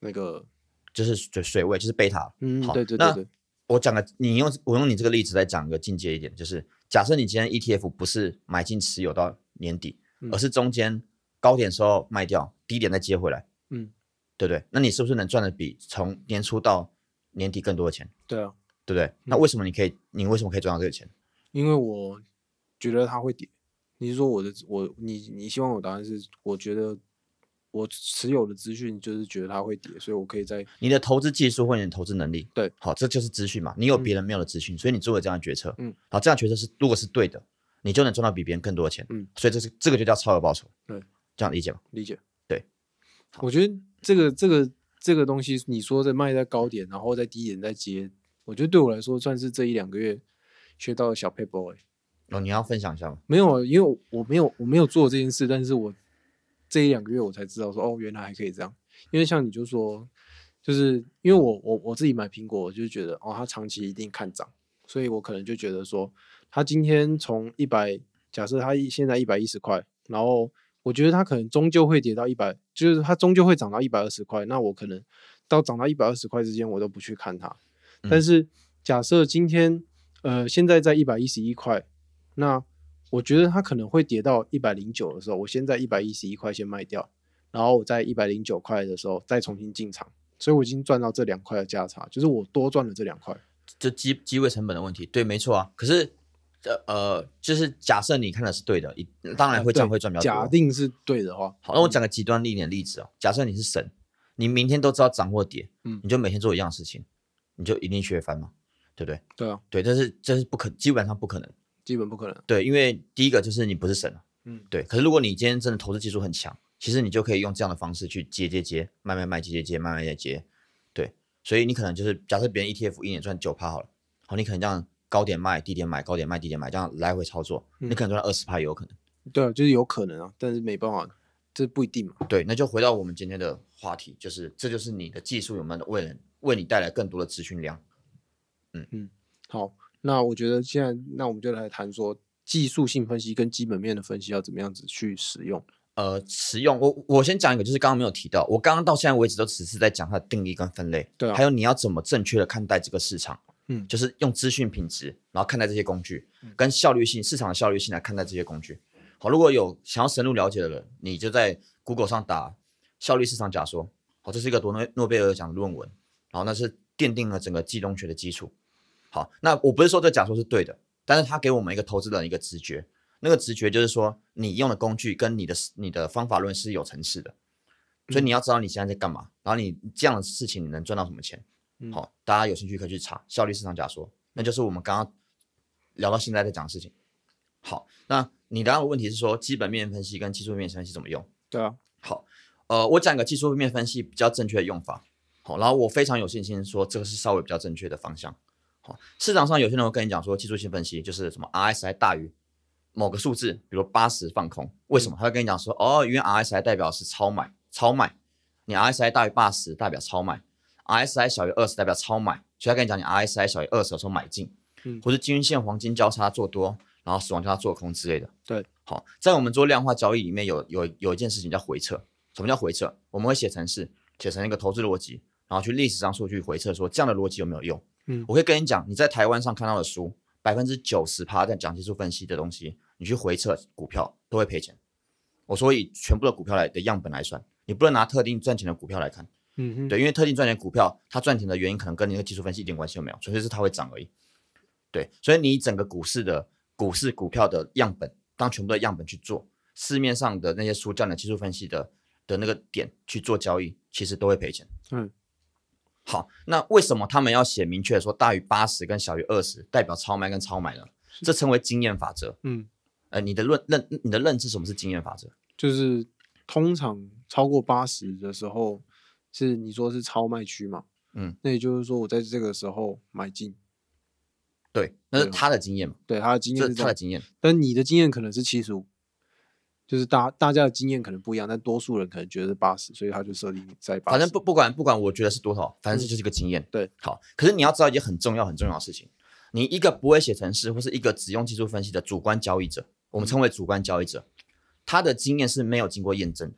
Speaker 2: 那个
Speaker 1: 就是水水位，就是贝塔。
Speaker 2: 嗯，
Speaker 1: 好
Speaker 2: 对对
Speaker 1: 那
Speaker 2: 对对，
Speaker 1: 我讲个，你用我用你这个例子来讲一个进阶一点，就是假设你今天 ETF 不是买进持有到年底，
Speaker 2: 嗯
Speaker 1: 而是中间高点时候卖掉，低点再接回来，
Speaker 2: 嗯，
Speaker 1: 对不对？那你是不是能赚的比从年初到年底更多的钱，
Speaker 2: 对啊，
Speaker 1: 对不对？那为什么你可以，你为什么可以赚到这个钱？
Speaker 2: 因为我觉得它会跌。你是说我的我你你希望我答案是，我觉得我持有的资讯就是觉得它会跌，所以我可以在
Speaker 1: 你的投资技术或你的投资能力，
Speaker 2: 对，
Speaker 1: 好，这就是资讯嘛，你有别人没有的资讯，所以你做了这样的决策，
Speaker 2: 嗯，
Speaker 1: 好，这样的决策是如果是对的，你就能赚到比别人更多的钱，
Speaker 2: 嗯，
Speaker 1: 所以这是这个就叫超额报酬，
Speaker 2: 对，
Speaker 1: 这样理解吗？
Speaker 2: 理解。
Speaker 1: 对，
Speaker 2: 我觉得这个这个这个东西，你说在卖在高点，然后在低点再接，我觉得对我来说算是这一两个月学到的小 paper、欸。
Speaker 1: 哦，你要分享一下吗？
Speaker 2: 没有，啊因为我我没有我没有做这件事，但是我这一两个月我才知道说，哦，原来还可以这样。因为像你就说，就是因为我我我自己买苹果，我就觉得哦，它长期一定看涨，所以我可能就觉得说，它今天从一百，假设它一现在一百一十块，然后我觉得它可能终究会跌到一百，就是它终究会涨到一百二十块，那我可能到涨到一百二十块之间，我都不去看它。但
Speaker 1: 嗯
Speaker 2: 是假设今天呃现在在一百一十一块，那我觉得它可能会跌到一百零九的时候，我先在一百一十一块先卖掉，然后我在一百零九块的时候再重新进场，所以我已经赚到这两块的价差，就是我多赚了这两块。
Speaker 1: 就机机位成本的问题，对，没错啊。可是，呃呃，就是假设你看的是对的，一当然会这样
Speaker 2: 啊对
Speaker 1: 会赚比较多。
Speaker 2: 假定嗯是对的话，
Speaker 1: 好，那我讲个极端一点的例子哦。假设你是神，你明天都知道涨或跌，
Speaker 2: 嗯
Speaker 1: 你就每天做一样的事情，你就一定学翻嘛，对不对？
Speaker 2: 对啊，
Speaker 1: 对，这是这是不可，基本上不可能。
Speaker 2: 基本不可能。
Speaker 1: 对，因为第一个就是你不是神啊，
Speaker 2: 嗯，
Speaker 1: 对。可是如果你今天真的投资技术很强，其实你就可以用这样的方式去接接接，卖卖卖，接接接，卖卖接接，对。所以你可能就是假设别人 ETF 一年赚九趴好了，好，你可能这样高点卖，低点买，高点卖，低点买，这样来回操作，你
Speaker 2: 嗯
Speaker 1: 可能赚二十趴有可能。
Speaker 2: 对啊，就是有可能啊，但是没办法，这不一定嘛。
Speaker 1: 对，那就回到我们今天的话题，就是这就是你的技术有没有为人为你带来更多的资讯量？
Speaker 2: 好，那我觉得现在那我们就来谈说技术性分析跟基本面的分析要怎么样子去使用。
Speaker 1: 呃，使用我我先讲一个，就是刚刚没有提到，我刚刚到现在为止都只是在讲它的定义跟分类，
Speaker 2: 对啊
Speaker 1: 还有你要怎么正确的看待这个市场，
Speaker 2: 嗯
Speaker 1: 就是用资讯品质，然后看待这些工具，跟效率性市场的效率性来看待这些工具。好，如果有想要深入了解的人，你就在 Google 上打效率市场假说，好，这是一个夺诺诺贝尔奖的论文，然后那是奠定了整个季东学的基础。好，那我不是说这假说是对的，但是它给我们一个投资人一个直觉，那个直觉就是说你用的工具跟你的你的方法论是有层次的，所以你要知道你现在在干嘛，然后你这样的事情你能赚到什么钱。
Speaker 2: 嗯
Speaker 1: 好，大家有兴趣可以去查效率市场假说，那就是我们刚刚聊到现在在讲的事情。好，那你刚刚的问题是说基本面分析跟技术面分析怎么用？
Speaker 2: 对啊，
Speaker 1: 好，呃，我讲一个技术面分析比较正确的用法。好，然后我非常有信心说这个是稍微比较正确的方向。好，市场上有些人会跟你讲说技术性分析就是什么 RSI 大于某个数字，比如八十放空，为什么？他会跟你讲说哦，因为 RSI 代表是超买，超买，你 RSI 大于八十代表超买，RSI 小于二十代表超买，所以他跟你讲你 RSI 小于二十的时候买进，
Speaker 2: 嗯
Speaker 1: 或是均线黄金交叉做多，然后死亡交叉做空之类的。
Speaker 2: 对，
Speaker 1: 好，在我们做量化交易里面有有有一件事情叫回撤，什么叫回撤？我们会写程式，写成一个投资逻辑，然后去历史上数据回测说这样的逻辑有没有用。
Speaker 2: 嗯
Speaker 1: 我可以跟你讲，你在台湾上看到的书，百分之九十趴在讲技术分析的东西，你去回测股票都会赔钱。我说以全部的股票来的样本来算，你不能拿特定赚钱的股票来看，
Speaker 2: 嗯哼，
Speaker 1: 对，因为特定赚钱股票它赚钱的原因可能跟你的技术分析一点关系都没有，纯粹是它会涨而已。对，所以你以整个股市的股市股票的样本当全部的样本去做，市面上的那些书教你的技术分析的的那个点去做交易，其实都会赔钱。
Speaker 2: 嗯，
Speaker 1: 好，那为什么他们要写明确说大于八十跟小于二十代表超卖跟超买呢？这称为经验法则。
Speaker 2: 嗯。
Speaker 1: 呃，你的论认你的认知什么是经验法则？
Speaker 2: 就是通常超过八十的时候，是你说是超卖区嘛？
Speaker 1: 嗯，
Speaker 2: 那也就是说我在这个时候买进，
Speaker 1: 对，那是
Speaker 2: 对哦
Speaker 1: 他的经验嘛，
Speaker 2: 对他的经验
Speaker 1: 这
Speaker 2: 是
Speaker 1: 是他
Speaker 2: 这
Speaker 1: 的
Speaker 2: 样，
Speaker 1: 经验。
Speaker 2: 但你的经验可能是七十五，就是大大家的经验可能不一样，但多数人可能觉得是八十，所以他就设定在八
Speaker 1: 反
Speaker 2: 十。
Speaker 1: 正不不管不管，我觉得是多少，反正这就是一个经验。
Speaker 2: 嗯对，
Speaker 1: 好。可是你要知道一件很重要很重要的事情，你一个不会写程式或是一个只用技术分析的主观交易者，
Speaker 2: 嗯
Speaker 1: 我们称为主观交易者，他的经验是没有经过验证的。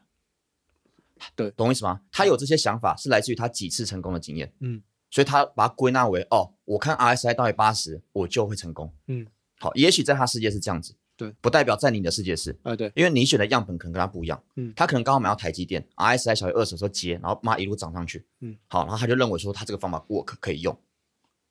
Speaker 2: 对
Speaker 1: 懂我意思吗？他有这些想法是来自于他几次成功的经验，
Speaker 2: 嗯
Speaker 1: 所以他把它归纳为哦，我看 RSI 大于八十，我就会成功。
Speaker 2: 嗯，
Speaker 1: 好，也许在他世界是这样子，
Speaker 2: 对，
Speaker 1: 不代表在你的世界是，
Speaker 2: 啊，对，
Speaker 1: 因为你选的样本可能跟他不一样，
Speaker 2: 嗯
Speaker 1: 他可能刚好买到台积电，RSI 小于二十的时候接，然后妈一路涨上去，
Speaker 2: 嗯，
Speaker 1: 好，然后他就认为说他这个方法 work 可以用，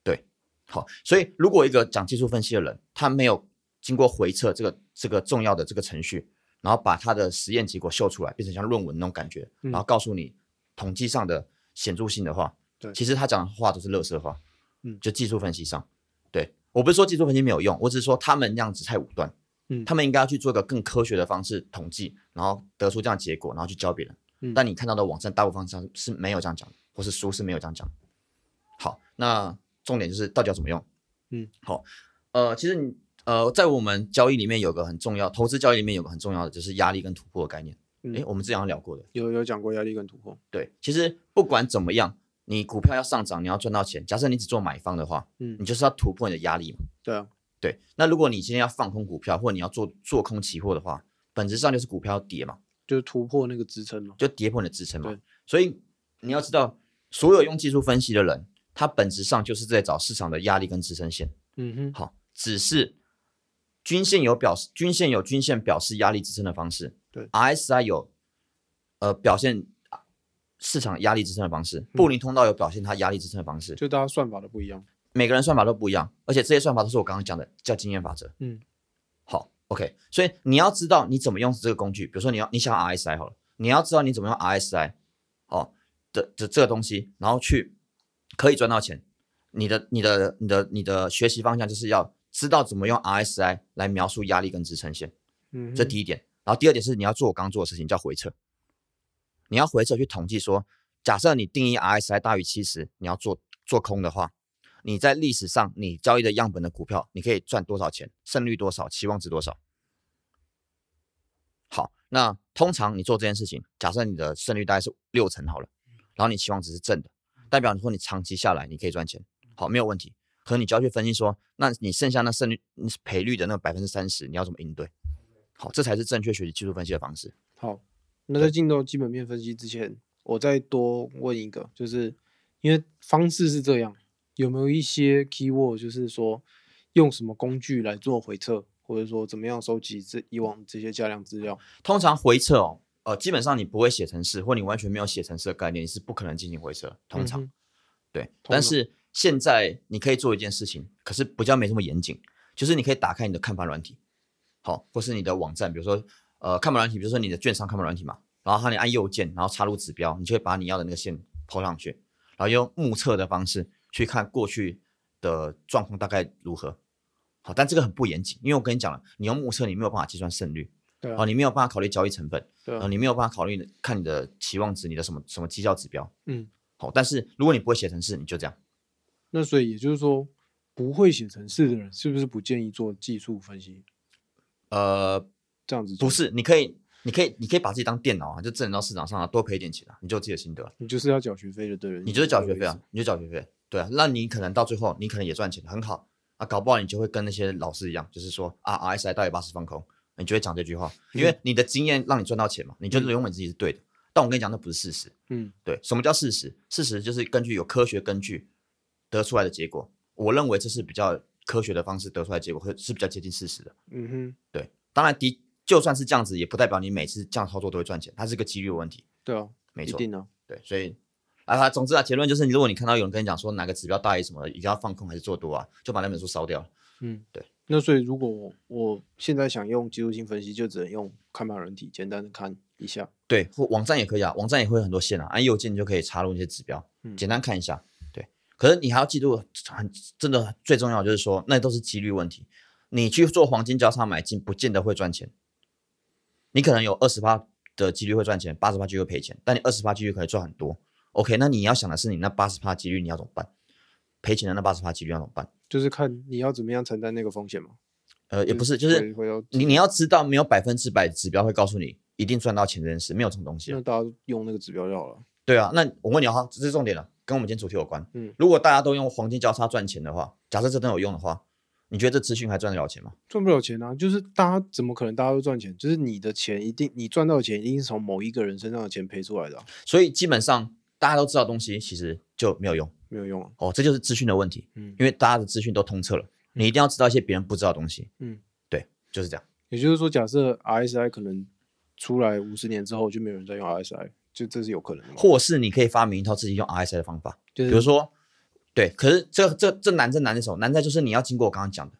Speaker 1: 对，好，所以如果一个讲技术分析的人，他没有经过回测这个这个重要的这个程序，然后把他的实验结果秀出来，变成像论文那种感觉，
Speaker 2: 嗯
Speaker 1: 然后告诉你统计上的显著性的话，
Speaker 2: 对
Speaker 1: 其实他讲的话都是垃圾话，
Speaker 2: 嗯
Speaker 1: 就技术分析上，对我不是说技术分析没有用，我只是说他们那样子太武断。
Speaker 2: 嗯
Speaker 1: 他们应该要去做一个更科学的方式统计，然后得出这样的结果，然后去教别人。
Speaker 2: 嗯
Speaker 1: 但你看到的网站大部分上是没有这样讲的，或是书是没有这样讲的。好，那重点就是到底要怎么用？
Speaker 2: 嗯，
Speaker 1: 好，呃，其实你呃，在我们交易里面有个很重要，投资交易里面有个很重要的就是压力跟突破的概念。
Speaker 2: 嗯
Speaker 1: 诶，我们之前好像聊过的，
Speaker 2: 有有讲过压力跟突破，
Speaker 1: 对，其实不管怎么样，你股票要上涨，你要赚到钱。假设你只做买方的话，
Speaker 2: 嗯
Speaker 1: 你，就是要突破你的压力嘛。
Speaker 2: 对啊，
Speaker 1: 对，那如果你今天要放空股票，或者你要做做空期货的话，本质上就是股票跌嘛，
Speaker 2: 就是突破那个支撑嘛，
Speaker 1: 就跌破你的支撑嘛
Speaker 2: 对。
Speaker 1: 所以你要知道，所有用技术分析的人，他本质上就是在找市场的压力跟支撑线。
Speaker 2: 嗯哼，
Speaker 1: 好，只是均线有表示，均线有均线表示压力支撑的方式，
Speaker 2: 对
Speaker 1: ，RSI 有呃表现啊市场压力支撑的方式，
Speaker 2: 嗯
Speaker 1: 布林通道有表现它压力支撑的方式。
Speaker 2: 就大家算法都不一样，
Speaker 1: 每个人算法都不一样，而且这些算法都是我刚刚讲的叫经验法则。
Speaker 2: 嗯，
Speaker 1: 好，OK，所以你要知道你怎么用这个工具，比如说你要你想要 RSI 好了，你要知道你怎么用 RSI 哦的的这个东西，然后去可以赚到钱。你的你的你的你的学习方向就是要知道怎么用 RSI 来描述压力跟支撑线，
Speaker 2: 嗯哼，
Speaker 1: 这第一点。然后第二点是你要做我刚刚做的事情，叫回撤。你要回撤去统计说，假设你定义 RSI 大于七十，你要做做空的话，你在历史上你交易的样本的股票，你可以赚多少钱，胜率多少，期望值多少。好，那通常你做这件事情，假设你的胜率大概是六成好了，然后你期望值是正的，代表你说你长期下来你可以赚钱，好，没有问题。可你就要去分析说，那你剩下那胜率赔率的那百分之三十，你要怎么应对？好，这才是正确学习技术分析的方式。
Speaker 2: 好，那在进入基本面分析之前，我再多问一个，就是因为方式是这样，有没有一些 keyword，就是说用什么工具来做回测，或者说怎么样收集这以往这些价量资料？
Speaker 1: 通常回撤哦，呃，基本上你不会写程式，或你完全没有写程式的概念，你是不可能进行回撤。通常、
Speaker 2: 嗯哼
Speaker 1: 对，
Speaker 2: 通常
Speaker 1: 但是现在你可以做一件事情，可是比较没这么严谨，就是你可以打开你的看盘软体，好，或是你的网站，比如说呃看盘软体，比如说你的券商看盘软体嘛，然后它你按右键，然后插入指标，你就会把你要的那个线抛上去，然后用目测的方式去看过去的状况大概如何。好，但这个很不严谨，因为我跟你讲了，你用目测你没有办法计算胜率，
Speaker 2: 对
Speaker 1: 哦，
Speaker 2: 啊，
Speaker 1: 你没有办法考虑交易成本，
Speaker 2: 对
Speaker 1: 然呃
Speaker 2: 啊
Speaker 1: 后，你没有办法考虑你的看你的期望值、你的什么什么绩效指标。
Speaker 2: 嗯，
Speaker 1: 好，但是如果你不会写程式，你就这样。
Speaker 2: 那所以也就是说，不会写程式的人是不是不建议做技术分析？
Speaker 1: 呃，
Speaker 2: 这样子
Speaker 1: 不
Speaker 2: 做，
Speaker 1: 是，你可以，你可以，你可以把自己当电脑啊，就挣到市场上啊，多赔一点钱啊，你就有自己的心得啊，
Speaker 2: 你就是要缴学费的，对了，
Speaker 1: 你就是缴学费
Speaker 2: 嗯这个意
Speaker 1: 啊
Speaker 2: 思，，
Speaker 1: 你就缴学费，对啊，那你可能到最后，你可能也赚钱，很好啊，搞不好你就会跟那些老师一样，就是说啊，RSI 大于八十放空，你就会讲这句话，因
Speaker 2: 嗯
Speaker 1: 为你的经验让你赚到钱嘛，你就认为你自己是对的，但我跟你讲，那不是事实。
Speaker 2: 嗯
Speaker 1: 对，什么叫事实？事实就是根据有科学根据得出来的结果。我认为这是比较科学的方式得出来的结果，会是比较接近事实的。
Speaker 2: 嗯哼，
Speaker 1: 对，当然的，就算是这样子，也不代表你每次这样操作都会赚钱，它是个几率的问题。
Speaker 2: 对啊，
Speaker 1: 没
Speaker 2: 一
Speaker 1: 错，
Speaker 2: 定啊，
Speaker 1: 对，所以啊，总之啊，结论就是，如果你看到有人跟你讲说哪个指标大于什么，一定要放空还是做多啊，就把那本书烧掉。
Speaker 2: 嗯，
Speaker 1: 对。
Speaker 2: 那所以，如果我我现在想用技术性分析，就只能用看盘软体，简单的看一下。
Speaker 1: 对，或网站也可以啊，网站也会有很多线啊，按右键你就可以插入那些指标，
Speaker 2: 嗯
Speaker 1: 简单看一下。对，可是你还要记住，很真的最重要的就是说，那都是几率问题。你去做黄金交叉买进，不见得会赚钱，你可能有二十八的几率会赚钱，八十八几率会赔钱，但你二十八几率可能赚很多。OK，那你要想的是，你那八十八几率你要怎么办？赔钱的那八十八几率要怎么办？
Speaker 2: 就是看你要怎么样承担那个风险嘛。
Speaker 1: 呃，也不是，就
Speaker 2: 回
Speaker 1: 是
Speaker 2: 回到
Speaker 1: 你你要知道，没有百分之百指标会告诉你一定赚到钱这件事，没有这种东西啊
Speaker 2: 那。大家用那个指标就好了。
Speaker 1: 对啊，那我问你哈，这是重点了，跟我们今天主题有关。
Speaker 2: 嗯
Speaker 1: 如果大家都用黄金交叉赚钱的话，假设这真的有用的话，你觉得这资讯还赚得了钱吗？
Speaker 2: 赚不了钱啊，就是大家怎么可能大家都赚钱？就是你的钱一定，你赚到的钱一定是从某一个人身上的钱赔出来的啊、
Speaker 1: 所以基本上大家都知道东西，其实就没有用
Speaker 2: 没有用啊。
Speaker 1: 哦，这就是资讯的问题，
Speaker 2: 嗯
Speaker 1: 因为大家的资讯都通彻了，你一定要知道一些别人不知道的东西。
Speaker 2: 嗯，
Speaker 1: 对，就是这样。
Speaker 2: 也就是说，假设 RSI 可能出来五十年之后就没有人再用 RSI，就这是有可能的嘛。
Speaker 1: 或是你可以发明一套自己用 RSI 的方法，
Speaker 2: 就
Speaker 1: 比如
Speaker 2: 是
Speaker 1: 说，对，可是这这这难在难在什么？难在就是你要经过我刚刚讲的，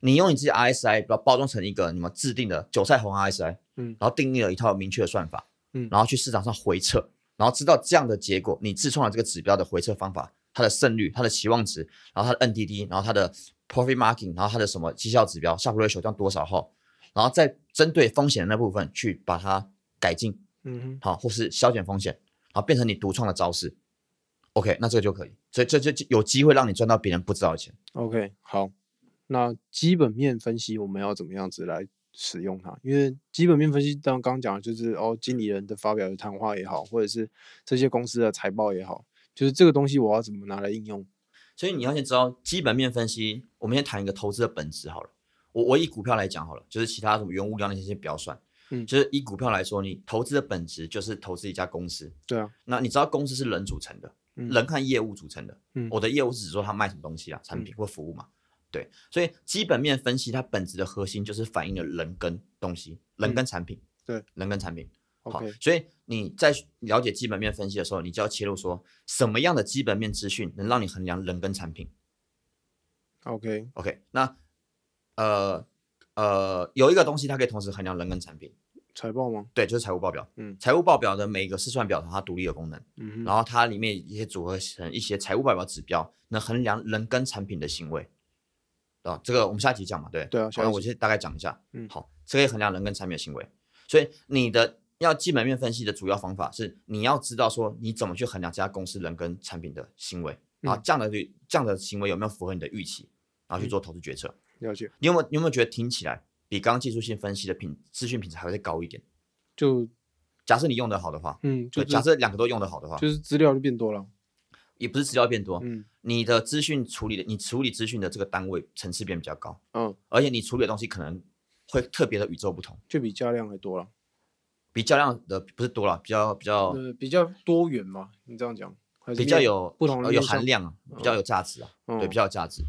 Speaker 1: 你用你自己 RSI 把它包装成一个你们制定的韭菜红 RSI，
Speaker 2: 嗯
Speaker 1: 然后定义了一套明确的算法，
Speaker 2: 嗯
Speaker 1: 然后去市场上回测，然后知道这样的结果，你自创了这个指标的回测方法，它的胜率、它的期望值，然后它的 NDD，然后它的 profit margin，然后它的什么绩效指标 s h a r p ratio 这样多少后，然后再针对风险的那部分去把它改进，
Speaker 2: 嗯哼，
Speaker 1: 好，或是消减风险，然后变成你独创的招式。OK，那这个就可以，所以这就有机会让你赚到别人不知道的钱。
Speaker 2: OK，好，那基本面分析我们要怎么样子来使用它？因为基本面分析，当然刚刚讲的就是哦，经理人的发表的谈话也好，或者是这些公司的财报也好，就是这个东西我要怎么拿来应用？
Speaker 1: 所以你要先知道基本面分析。我们先谈一个投资的本质好了。我我以股票来讲好了，就是其他什么原物料那些先不要算。
Speaker 2: 嗯
Speaker 1: 就是以股票来说，你投资的本质就是投资一家公司。
Speaker 2: 对啊，
Speaker 1: 那你知道公司是人组成的，
Speaker 2: 嗯
Speaker 1: 人和业务组成的。
Speaker 2: 嗯
Speaker 1: 我的业务是指说他卖什么东西啊，产品或服务嘛。对，所以基本面分析它本质的核心就是反映了人跟东西，人跟产品。
Speaker 2: 嗯对，
Speaker 1: 人跟产品。好
Speaker 2: OK，，
Speaker 1: 所以你在了解基本面分析的时候，你就要切入说什么样的基本面资讯能让你衡量人跟产品。
Speaker 2: OK，
Speaker 1: OK，那呃呃，有一个东西它可以同时衡量人跟产品，
Speaker 2: 财报吗？
Speaker 1: 对，就是财务报表。
Speaker 2: 嗯
Speaker 1: 财务报表的每一个试算表它独立的功能，
Speaker 2: 嗯哼，
Speaker 1: 然后它里面也组合成一些财务报表指标，能衡量人跟产品的行为。啊，这个我们下一集讲嘛，对。
Speaker 2: 对啊下
Speaker 1: 好，那
Speaker 2: 一
Speaker 1: 我先大概讲一下。
Speaker 2: 嗯
Speaker 1: 好，这可以衡量人跟产品的行为。所以你的要基本面分析的主要方法是，你要知道说你怎么去衡量这家公司人跟产品的行为，啊，
Speaker 2: 嗯
Speaker 1: 这样的率这样的行为有没有符合你的预期，然后去做投资决策。
Speaker 2: 了解，
Speaker 1: 你有没有你有没有觉得听起来比刚刚技术性分析的品资讯品质还会再高一点？
Speaker 2: 就
Speaker 1: 假设你用的好的话，
Speaker 2: 嗯，就
Speaker 1: 对，哦
Speaker 2: 是
Speaker 1: 假设两个都用的好的话，
Speaker 2: 就是资料就变多了。
Speaker 1: 也不是资料变多，
Speaker 2: 嗯
Speaker 1: 你的资讯处理的，你处理资讯的这个单位层次变比较高，
Speaker 2: 嗯，
Speaker 1: 而且你处理的东西可能会特别的与众不同，
Speaker 2: 就比较量还多了，
Speaker 1: 比较量的不是多了，比较比较
Speaker 2: 呃，比较多元嘛，你这样讲，还是
Speaker 1: 哦比较
Speaker 2: 面
Speaker 1: 有
Speaker 2: 不同的
Speaker 1: 呃有
Speaker 2: 面向
Speaker 1: 含量啊，比较有价值啊，对，
Speaker 2: 嗯
Speaker 1: 比较有价值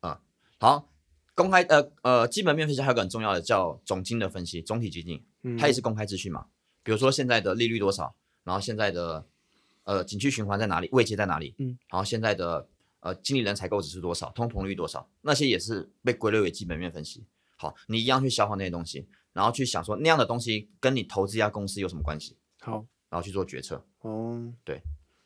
Speaker 1: 啊。好，公开呃呃基本面分析还有一个很重要的叫总金的分析，总体基金，
Speaker 2: 嗯
Speaker 1: 它也是公开资讯嘛。比如说现在的利率多少，然后现在的呃景气循环在哪里，位阶在哪里，
Speaker 2: 嗯，
Speaker 1: 然后现在的呃经理人采购指数多少，通膨率多少，那些也是被归类为基本面分析。好，你一样去消化那些东西，然后去想说那样的东西跟你投资一家公司有什么关系，
Speaker 2: 好
Speaker 1: 然后去做决策。
Speaker 2: 哦，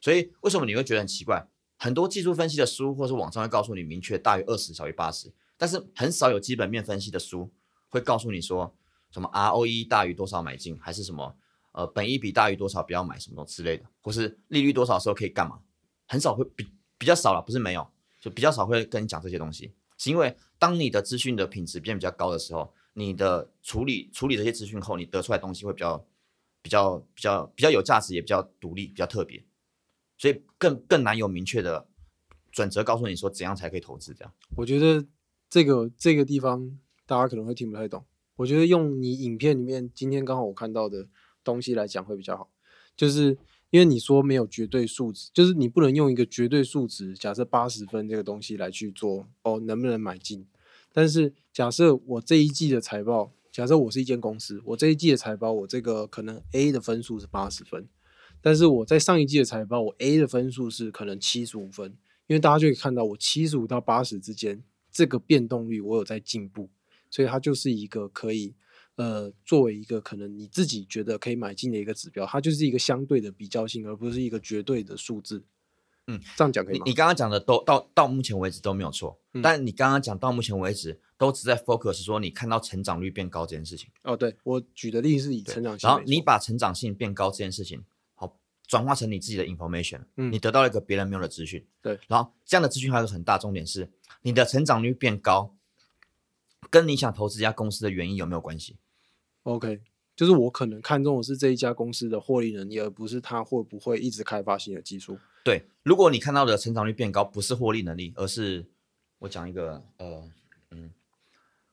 Speaker 1: 所以为什么你会觉得很奇怪？很多技术分析的书或是网上会告诉你明确大于二十小于八十，但是很少有基本面分析的书会告诉你说什么 ROE 大于多少买进，还是什么呃本益比大于多少不要买什么之类的，或是利率多少时候可以干嘛，很少会比比较少了，不是没有，就比较少会跟你讲这些东西，是因为当你的资讯的品质变比较高的时候，你的处理处理这些资讯后，你得出来的东西会比较比较比较比较有价值，也比较独立，比较特别。所以更更难有明确的准则告诉你说怎样才可以投资。这样
Speaker 2: 我觉得这个这个地方大家可能会听不太懂。我觉得用你影片里面今天刚好我看到的东西来讲会比较好，就是因为你说没有绝对数值，就是你不能用一个绝对数值，假设八十分这个东西来去做哦，能不能买进？但是假设我这一季的财报，假设我是一间公司，我这一季的财报，我这个可能 A 的分数是八十分，但是我在上一季的财报，我 A 的分数是可能七十五分，因为大家就可以看到我七十五到八十之间这个变动率我有在进步，所以它就是一个可以呃作为一个可能你自己觉得可以买进的一个指标，它就是一个相对的比较性，而不是一个绝对的数字。
Speaker 1: 嗯，
Speaker 2: 这样讲可以
Speaker 1: 你
Speaker 2: 吗？
Speaker 1: 你刚刚讲的都到到目前为止都没有错，
Speaker 2: 嗯
Speaker 1: 但你刚刚讲到目前为止都只在 focus 说你看到成长率变高这件事情，
Speaker 2: 哦，对我举的例子是以
Speaker 1: 对
Speaker 2: 成长性
Speaker 1: 然后
Speaker 2: 为
Speaker 1: 你
Speaker 2: 主
Speaker 1: 把成长性变高这件事情，好转化成你自己的 information，、
Speaker 2: 嗯
Speaker 1: 你得到了一个别人没有的资讯，
Speaker 2: 对，
Speaker 1: 然后这样的资讯还有一个很大重点是你的成长率变高，跟你想投资一家公司的原因有没有关系？
Speaker 2: OK，就是我可能看中的是这一家公司的获利能力，而不是它会不会一直开发新的技术。
Speaker 1: 对，如果你看到的成长率变高，不是获利能力，而是我讲一个呃嗯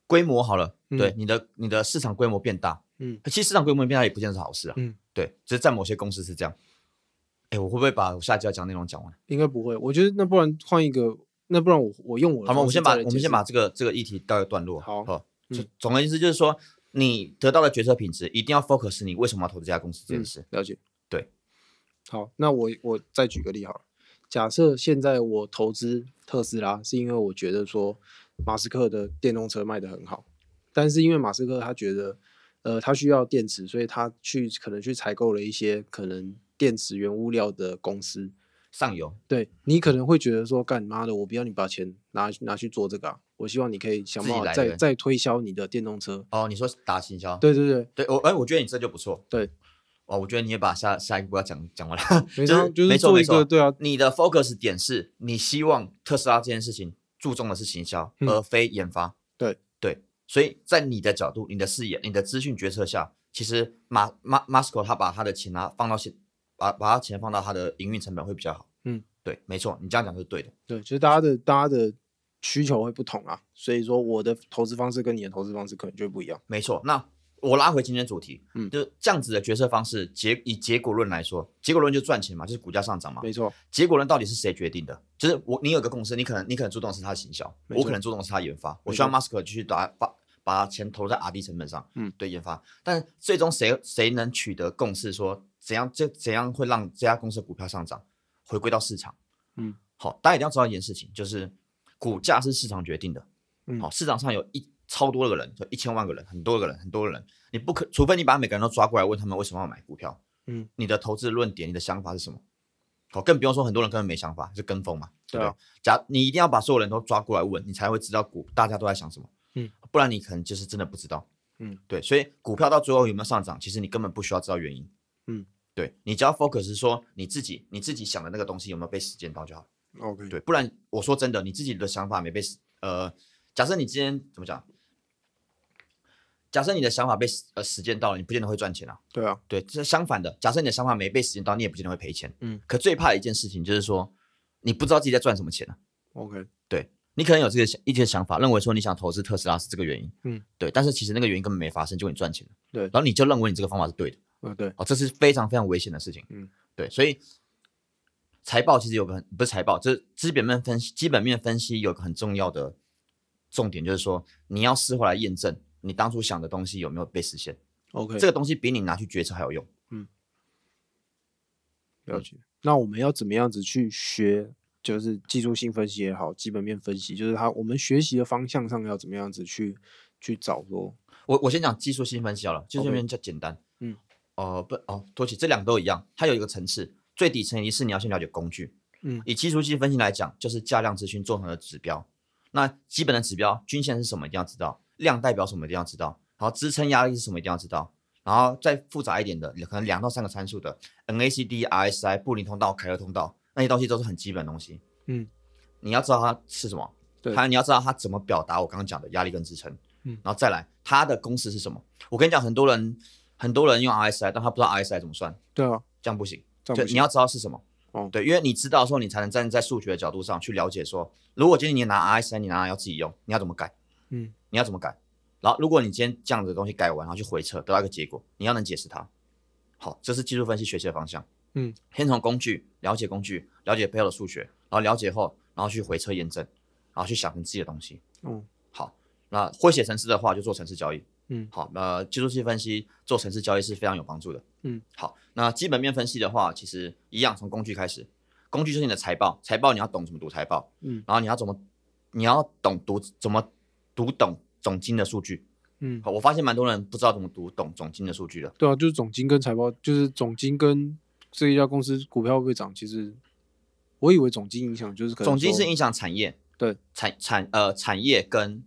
Speaker 1: 规模好了，
Speaker 2: 嗯
Speaker 1: 对你的你的市场规模变大，
Speaker 2: 嗯
Speaker 1: 其实市场规模变大也不见得是好事啊，
Speaker 2: 嗯，
Speaker 1: 对，只是在某些公司是这样。哎，我会不会把我下集要讲的内容讲完？
Speaker 2: 应该不会。我觉得那不然换一个，那不然我我用我的
Speaker 1: 好吗？
Speaker 2: 方
Speaker 1: 我
Speaker 2: 式
Speaker 1: 先把
Speaker 2: 再来
Speaker 1: 我
Speaker 2: 解
Speaker 1: 们先
Speaker 2: 释
Speaker 1: 把这个这个议题到一个段落。
Speaker 2: 好嗯
Speaker 1: 就总而言之，就是说你得到的决策品质一定要 focus 你为什么要投资这家公司这件事。
Speaker 2: 了解。
Speaker 1: 对，
Speaker 2: 好，那我我再举个例好了。假设现在我投资特斯拉，是因为我觉得说马斯克的电动车卖得很好，但是因为马斯克他觉得，呃，他需要电池，所以他去可能去采购了一些可能电池原物料的公司。
Speaker 1: 上游
Speaker 2: 对你可能会觉得说，干妈的，我不要你把钱拿拿去做这个啊，我希望你可以想
Speaker 1: 自己
Speaker 2: 办法
Speaker 1: 来
Speaker 2: 再
Speaker 1: 对
Speaker 2: 再推销你的电动车。
Speaker 1: 哦，你说打行销？
Speaker 2: 对对对，
Speaker 1: 对，我哎，我觉得你这就不错。
Speaker 2: 对，
Speaker 1: 哦，我觉得你也把下下一步要讲讲完了，
Speaker 2: 没
Speaker 1: 就
Speaker 2: 错，
Speaker 1: 是
Speaker 2: 就是
Speaker 1: 没错
Speaker 2: 做
Speaker 1: 没
Speaker 2: 一个
Speaker 1: 错
Speaker 2: 对啊，
Speaker 1: 你的 focus 点是你希望特斯拉这件事情注重的是行销，
Speaker 2: 嗯
Speaker 1: 而非研发。
Speaker 2: 对
Speaker 1: 对，所以在你的角度、你的视野、你的资讯决策下，其实马马马斯克他把他的钱拿放到现，把把他钱放到他的营运成本会比较好。
Speaker 2: 嗯，
Speaker 1: 对，没错，你这样讲是对的。
Speaker 2: 对，就是大家的大家的需求会不同啊，所以说我的投资方式跟你的投资方式可能就会不一样。
Speaker 1: 没错。那我拉回今天主题，
Speaker 2: 嗯
Speaker 1: 就是这样子的决策方式，结以结果论来说，结果论就赚钱嘛，就是股价上涨嘛。
Speaker 2: 没错，
Speaker 1: 结果论到底是谁决定的？就是我，你有个共识，你可能你可能注重的是他的行销，
Speaker 2: 没错
Speaker 1: 我可能注重的是他的研发。我希望马斯克继续把把把钱投在 R D 成本上，
Speaker 2: 嗯
Speaker 1: 对研发。但最终谁谁能取得共识说，怎样这怎样会让这家公司的股票上涨？回归到市场，
Speaker 2: 嗯，
Speaker 1: 好，大家一定要知道一件事情，就是股价是市场决定的，
Speaker 2: 嗯
Speaker 1: 好，市场上有一超多个人，就一千万个人，很多个人，很多个人，你不可，除非你把每个人都抓过来问他们为什么要买股票，
Speaker 2: 嗯，
Speaker 1: 你的投资论点，你的想法是什么？好，更不用说很多人根本没想法，是跟风嘛，对
Speaker 2: 对
Speaker 1: 不
Speaker 2: 啊
Speaker 1: 对？假你一定要把所有人都抓过来问，你才会知道股大家都在想什么，
Speaker 2: 嗯，
Speaker 1: 不然你可能就是真的不知道，
Speaker 2: 嗯，
Speaker 1: 对，所以股票到最后有没有上涨，其实你根本不需要知道原因，
Speaker 2: 嗯，
Speaker 1: 对你只要 focus 是说你自己你自己想的那个东西有没有被实践到就好了。
Speaker 2: ，OK，
Speaker 1: 对，不然我说真的，你自己的想法没被实呃，假设你今天怎么讲？假设你的想法被实呃实践到了，你不见得会赚钱啊。
Speaker 2: 对啊，
Speaker 1: 对，这相反的，假设你的想法没被实践到，你也不见得会赔钱。
Speaker 2: 嗯，
Speaker 1: 可最怕的一件事情就是说，你不知道自己在赚什么钱啊。
Speaker 2: ，OK，
Speaker 1: 对你可能有这个想一些想法，认为说你想投资特斯拉是这个原因。
Speaker 2: 嗯，
Speaker 1: 对，但是其实那个原因根本没发生，就你赚钱了。
Speaker 2: 对
Speaker 1: 然后你就认为你这个方法是对的。
Speaker 2: 呃，对，
Speaker 1: 哦，这是非常非常危险的事情。
Speaker 2: 嗯，
Speaker 1: 对，所以财报其实有个很不是财报，这基本面分析，基本面分析有个很重要的重点，就是说你要事后来验证你当初想的东西有没有被实现，
Speaker 2: ，OK，
Speaker 1: 这个东西比你拿去决策还有用。
Speaker 2: 了解。那我们要怎么样子去学？就是技术性分析也好，基本面分析，就是它我们学习的方向上要怎么样子去去找说，
Speaker 1: 我我先讲技术性分析好了，技术性
Speaker 2: OK
Speaker 1: 分析比较简单。
Speaker 2: 嗯，
Speaker 1: 哦不哦，对不起，这两个都一样，它有一个层次，最底层一定是你要先了解工具。
Speaker 2: 嗯
Speaker 1: 以技术性分析来讲，就是价量资讯做成的指标。那基本的指标，均线是什么一定要知道，量代表什么一定要知道，然后支撑压力是什么一定要知道，然后再复杂一点的，可能两到三个参数的 NACD、RSI、布林通道、凯勒通道那些东西都是很基本的东西。
Speaker 2: 嗯，
Speaker 1: 你要知道它是什么，
Speaker 2: 对
Speaker 1: 还有你要知道它怎么表达我刚刚讲的压力跟支撑。
Speaker 2: 嗯
Speaker 1: 然后再来它的公式是什么？我跟你讲，很多人很多人用 RSI，但他不知道 RSI 怎么算，
Speaker 2: 对啊，
Speaker 1: 这样不行。
Speaker 2: 这样
Speaker 1: 对，
Speaker 2: 不
Speaker 1: 你
Speaker 2: 行，
Speaker 1: 要知道是什么。
Speaker 2: 哦
Speaker 1: 对，因为你知道的时候，你才能站在数学的角度上去了解说，如果今天你拿 RSI，你拿来要自己用，你要怎么改？
Speaker 2: 嗯，
Speaker 1: 你要怎么改？然后，如果你今天这样子的东西改完，然后去回测，得到一个结果，你要能解释它。好，这是技术分析学习的方向。
Speaker 2: 嗯，
Speaker 1: 先从工具了解工具，了解背后的数学，然后了解后，然后去回测验证，然后去想成自己的东西。
Speaker 2: 哦，
Speaker 1: 好，那会写程式的话，就做程式交易。
Speaker 2: 嗯
Speaker 1: 好，呃，技术性分析做程式交易是非常有帮助的。
Speaker 2: 嗯，
Speaker 1: 好，那基本面分析的话，其实一样，从工具开始。工具就是你的财报，财报你要懂怎么读财报，
Speaker 2: 嗯，
Speaker 1: 然后你要怎么，你要懂读怎么读懂总金的数据。
Speaker 2: 嗯，
Speaker 1: 好，我发现蛮多人不知道怎么读懂总金的数据的。
Speaker 2: 对啊，就是总金跟财报，就是总金跟这一家公司股票会不会涨，其实我以为总金影响就是可能
Speaker 1: 总金
Speaker 2: 说
Speaker 1: 是影响产业，
Speaker 2: 对
Speaker 1: 产产呃产业跟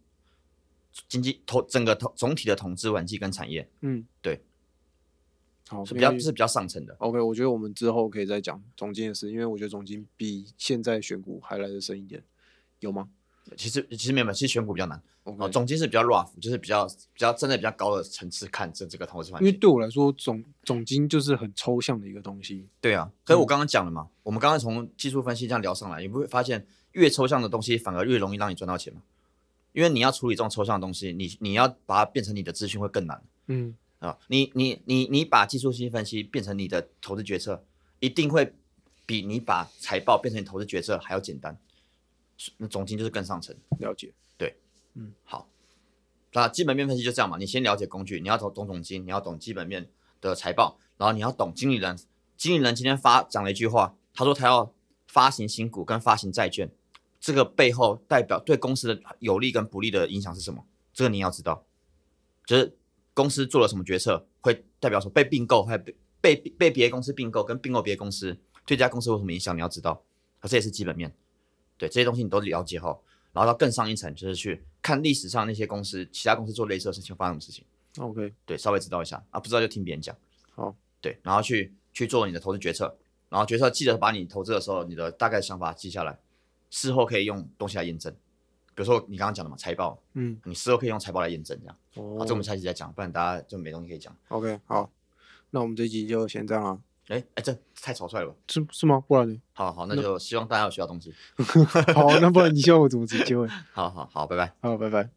Speaker 1: 经济投整个投总体的统治环境跟产业
Speaker 2: 嗯
Speaker 1: 对，
Speaker 2: 好
Speaker 1: 是比较
Speaker 2: 没关系
Speaker 1: 是比较上层的。
Speaker 2: OK，我觉得我们之后可以再讲总经的事，因为我觉得总经比现在选股还来得深一点，有吗
Speaker 1: 其实其实没有，没有，其实选股比较难。
Speaker 2: ？OK，、
Speaker 1: 哦，总金是比较 rough，就是比较比较站在比较高的层次看这这个投资环
Speaker 2: 因为
Speaker 1: 境。
Speaker 2: 对我来说，总总经就是很抽象的一个东西。
Speaker 1: 对啊，
Speaker 2: 嗯
Speaker 1: 可是我刚刚讲了嘛，我们刚刚从技术分析这样聊上来，你不会发现越抽象的东西反而越容易让你赚到钱嘛？因为你要处理这种抽象的东西，你你要把它变成你的资讯会更难
Speaker 2: 嗯，
Speaker 1: 啊！你你你你把技术性分析变成你的投资决策，一定会比你把财报变成你投资决策还要简单。那总金就是更上层。
Speaker 2: 了解。
Speaker 1: 好，那基本面分析就这样嘛，你先了解工具，你要懂懂总经，你要懂基本面的财报，然后你要懂经理人。经理人今天发讲了一句话，他说他要发行新股跟发行债券，这个背后代表对公司的有利跟不利的影响是什么？这个你要知道，就是公司做了什么决策，会代表说被并购，还被被被别的公司并购，跟并购别的公司对这家公司有什么影响，你要知道，啊这也是基本面。对这些东西你都了解后，然后到更上一层，就是去看历史上那些公司，其他公司做类似的事情发生什么事情，
Speaker 2: OK，
Speaker 1: 对，稍微知道一下啊，不知道就听别人讲，
Speaker 2: 好，
Speaker 1: 对，然后去去做你的投资决策，然后决策记得把你投资的时候你的大概想法记下来，事后可以用东西来验证，比如说你刚刚讲的嘛，财报，
Speaker 2: 嗯，
Speaker 1: 你事后可以用财报来验证这样，啊，
Speaker 2: 哦
Speaker 1: 这我们下期再讲，不然大家就没东西可以讲，
Speaker 2: OK，好，那我们这集就先这样了，
Speaker 1: 哎哎，这太草率了吧，
Speaker 2: 是是吗？不然呢？
Speaker 1: 好好，那就希望大家有学到东西，
Speaker 2: 好，那不然你希望我怎么结尾？
Speaker 1: 好好好，拜拜。
Speaker 2: 好，拜拜。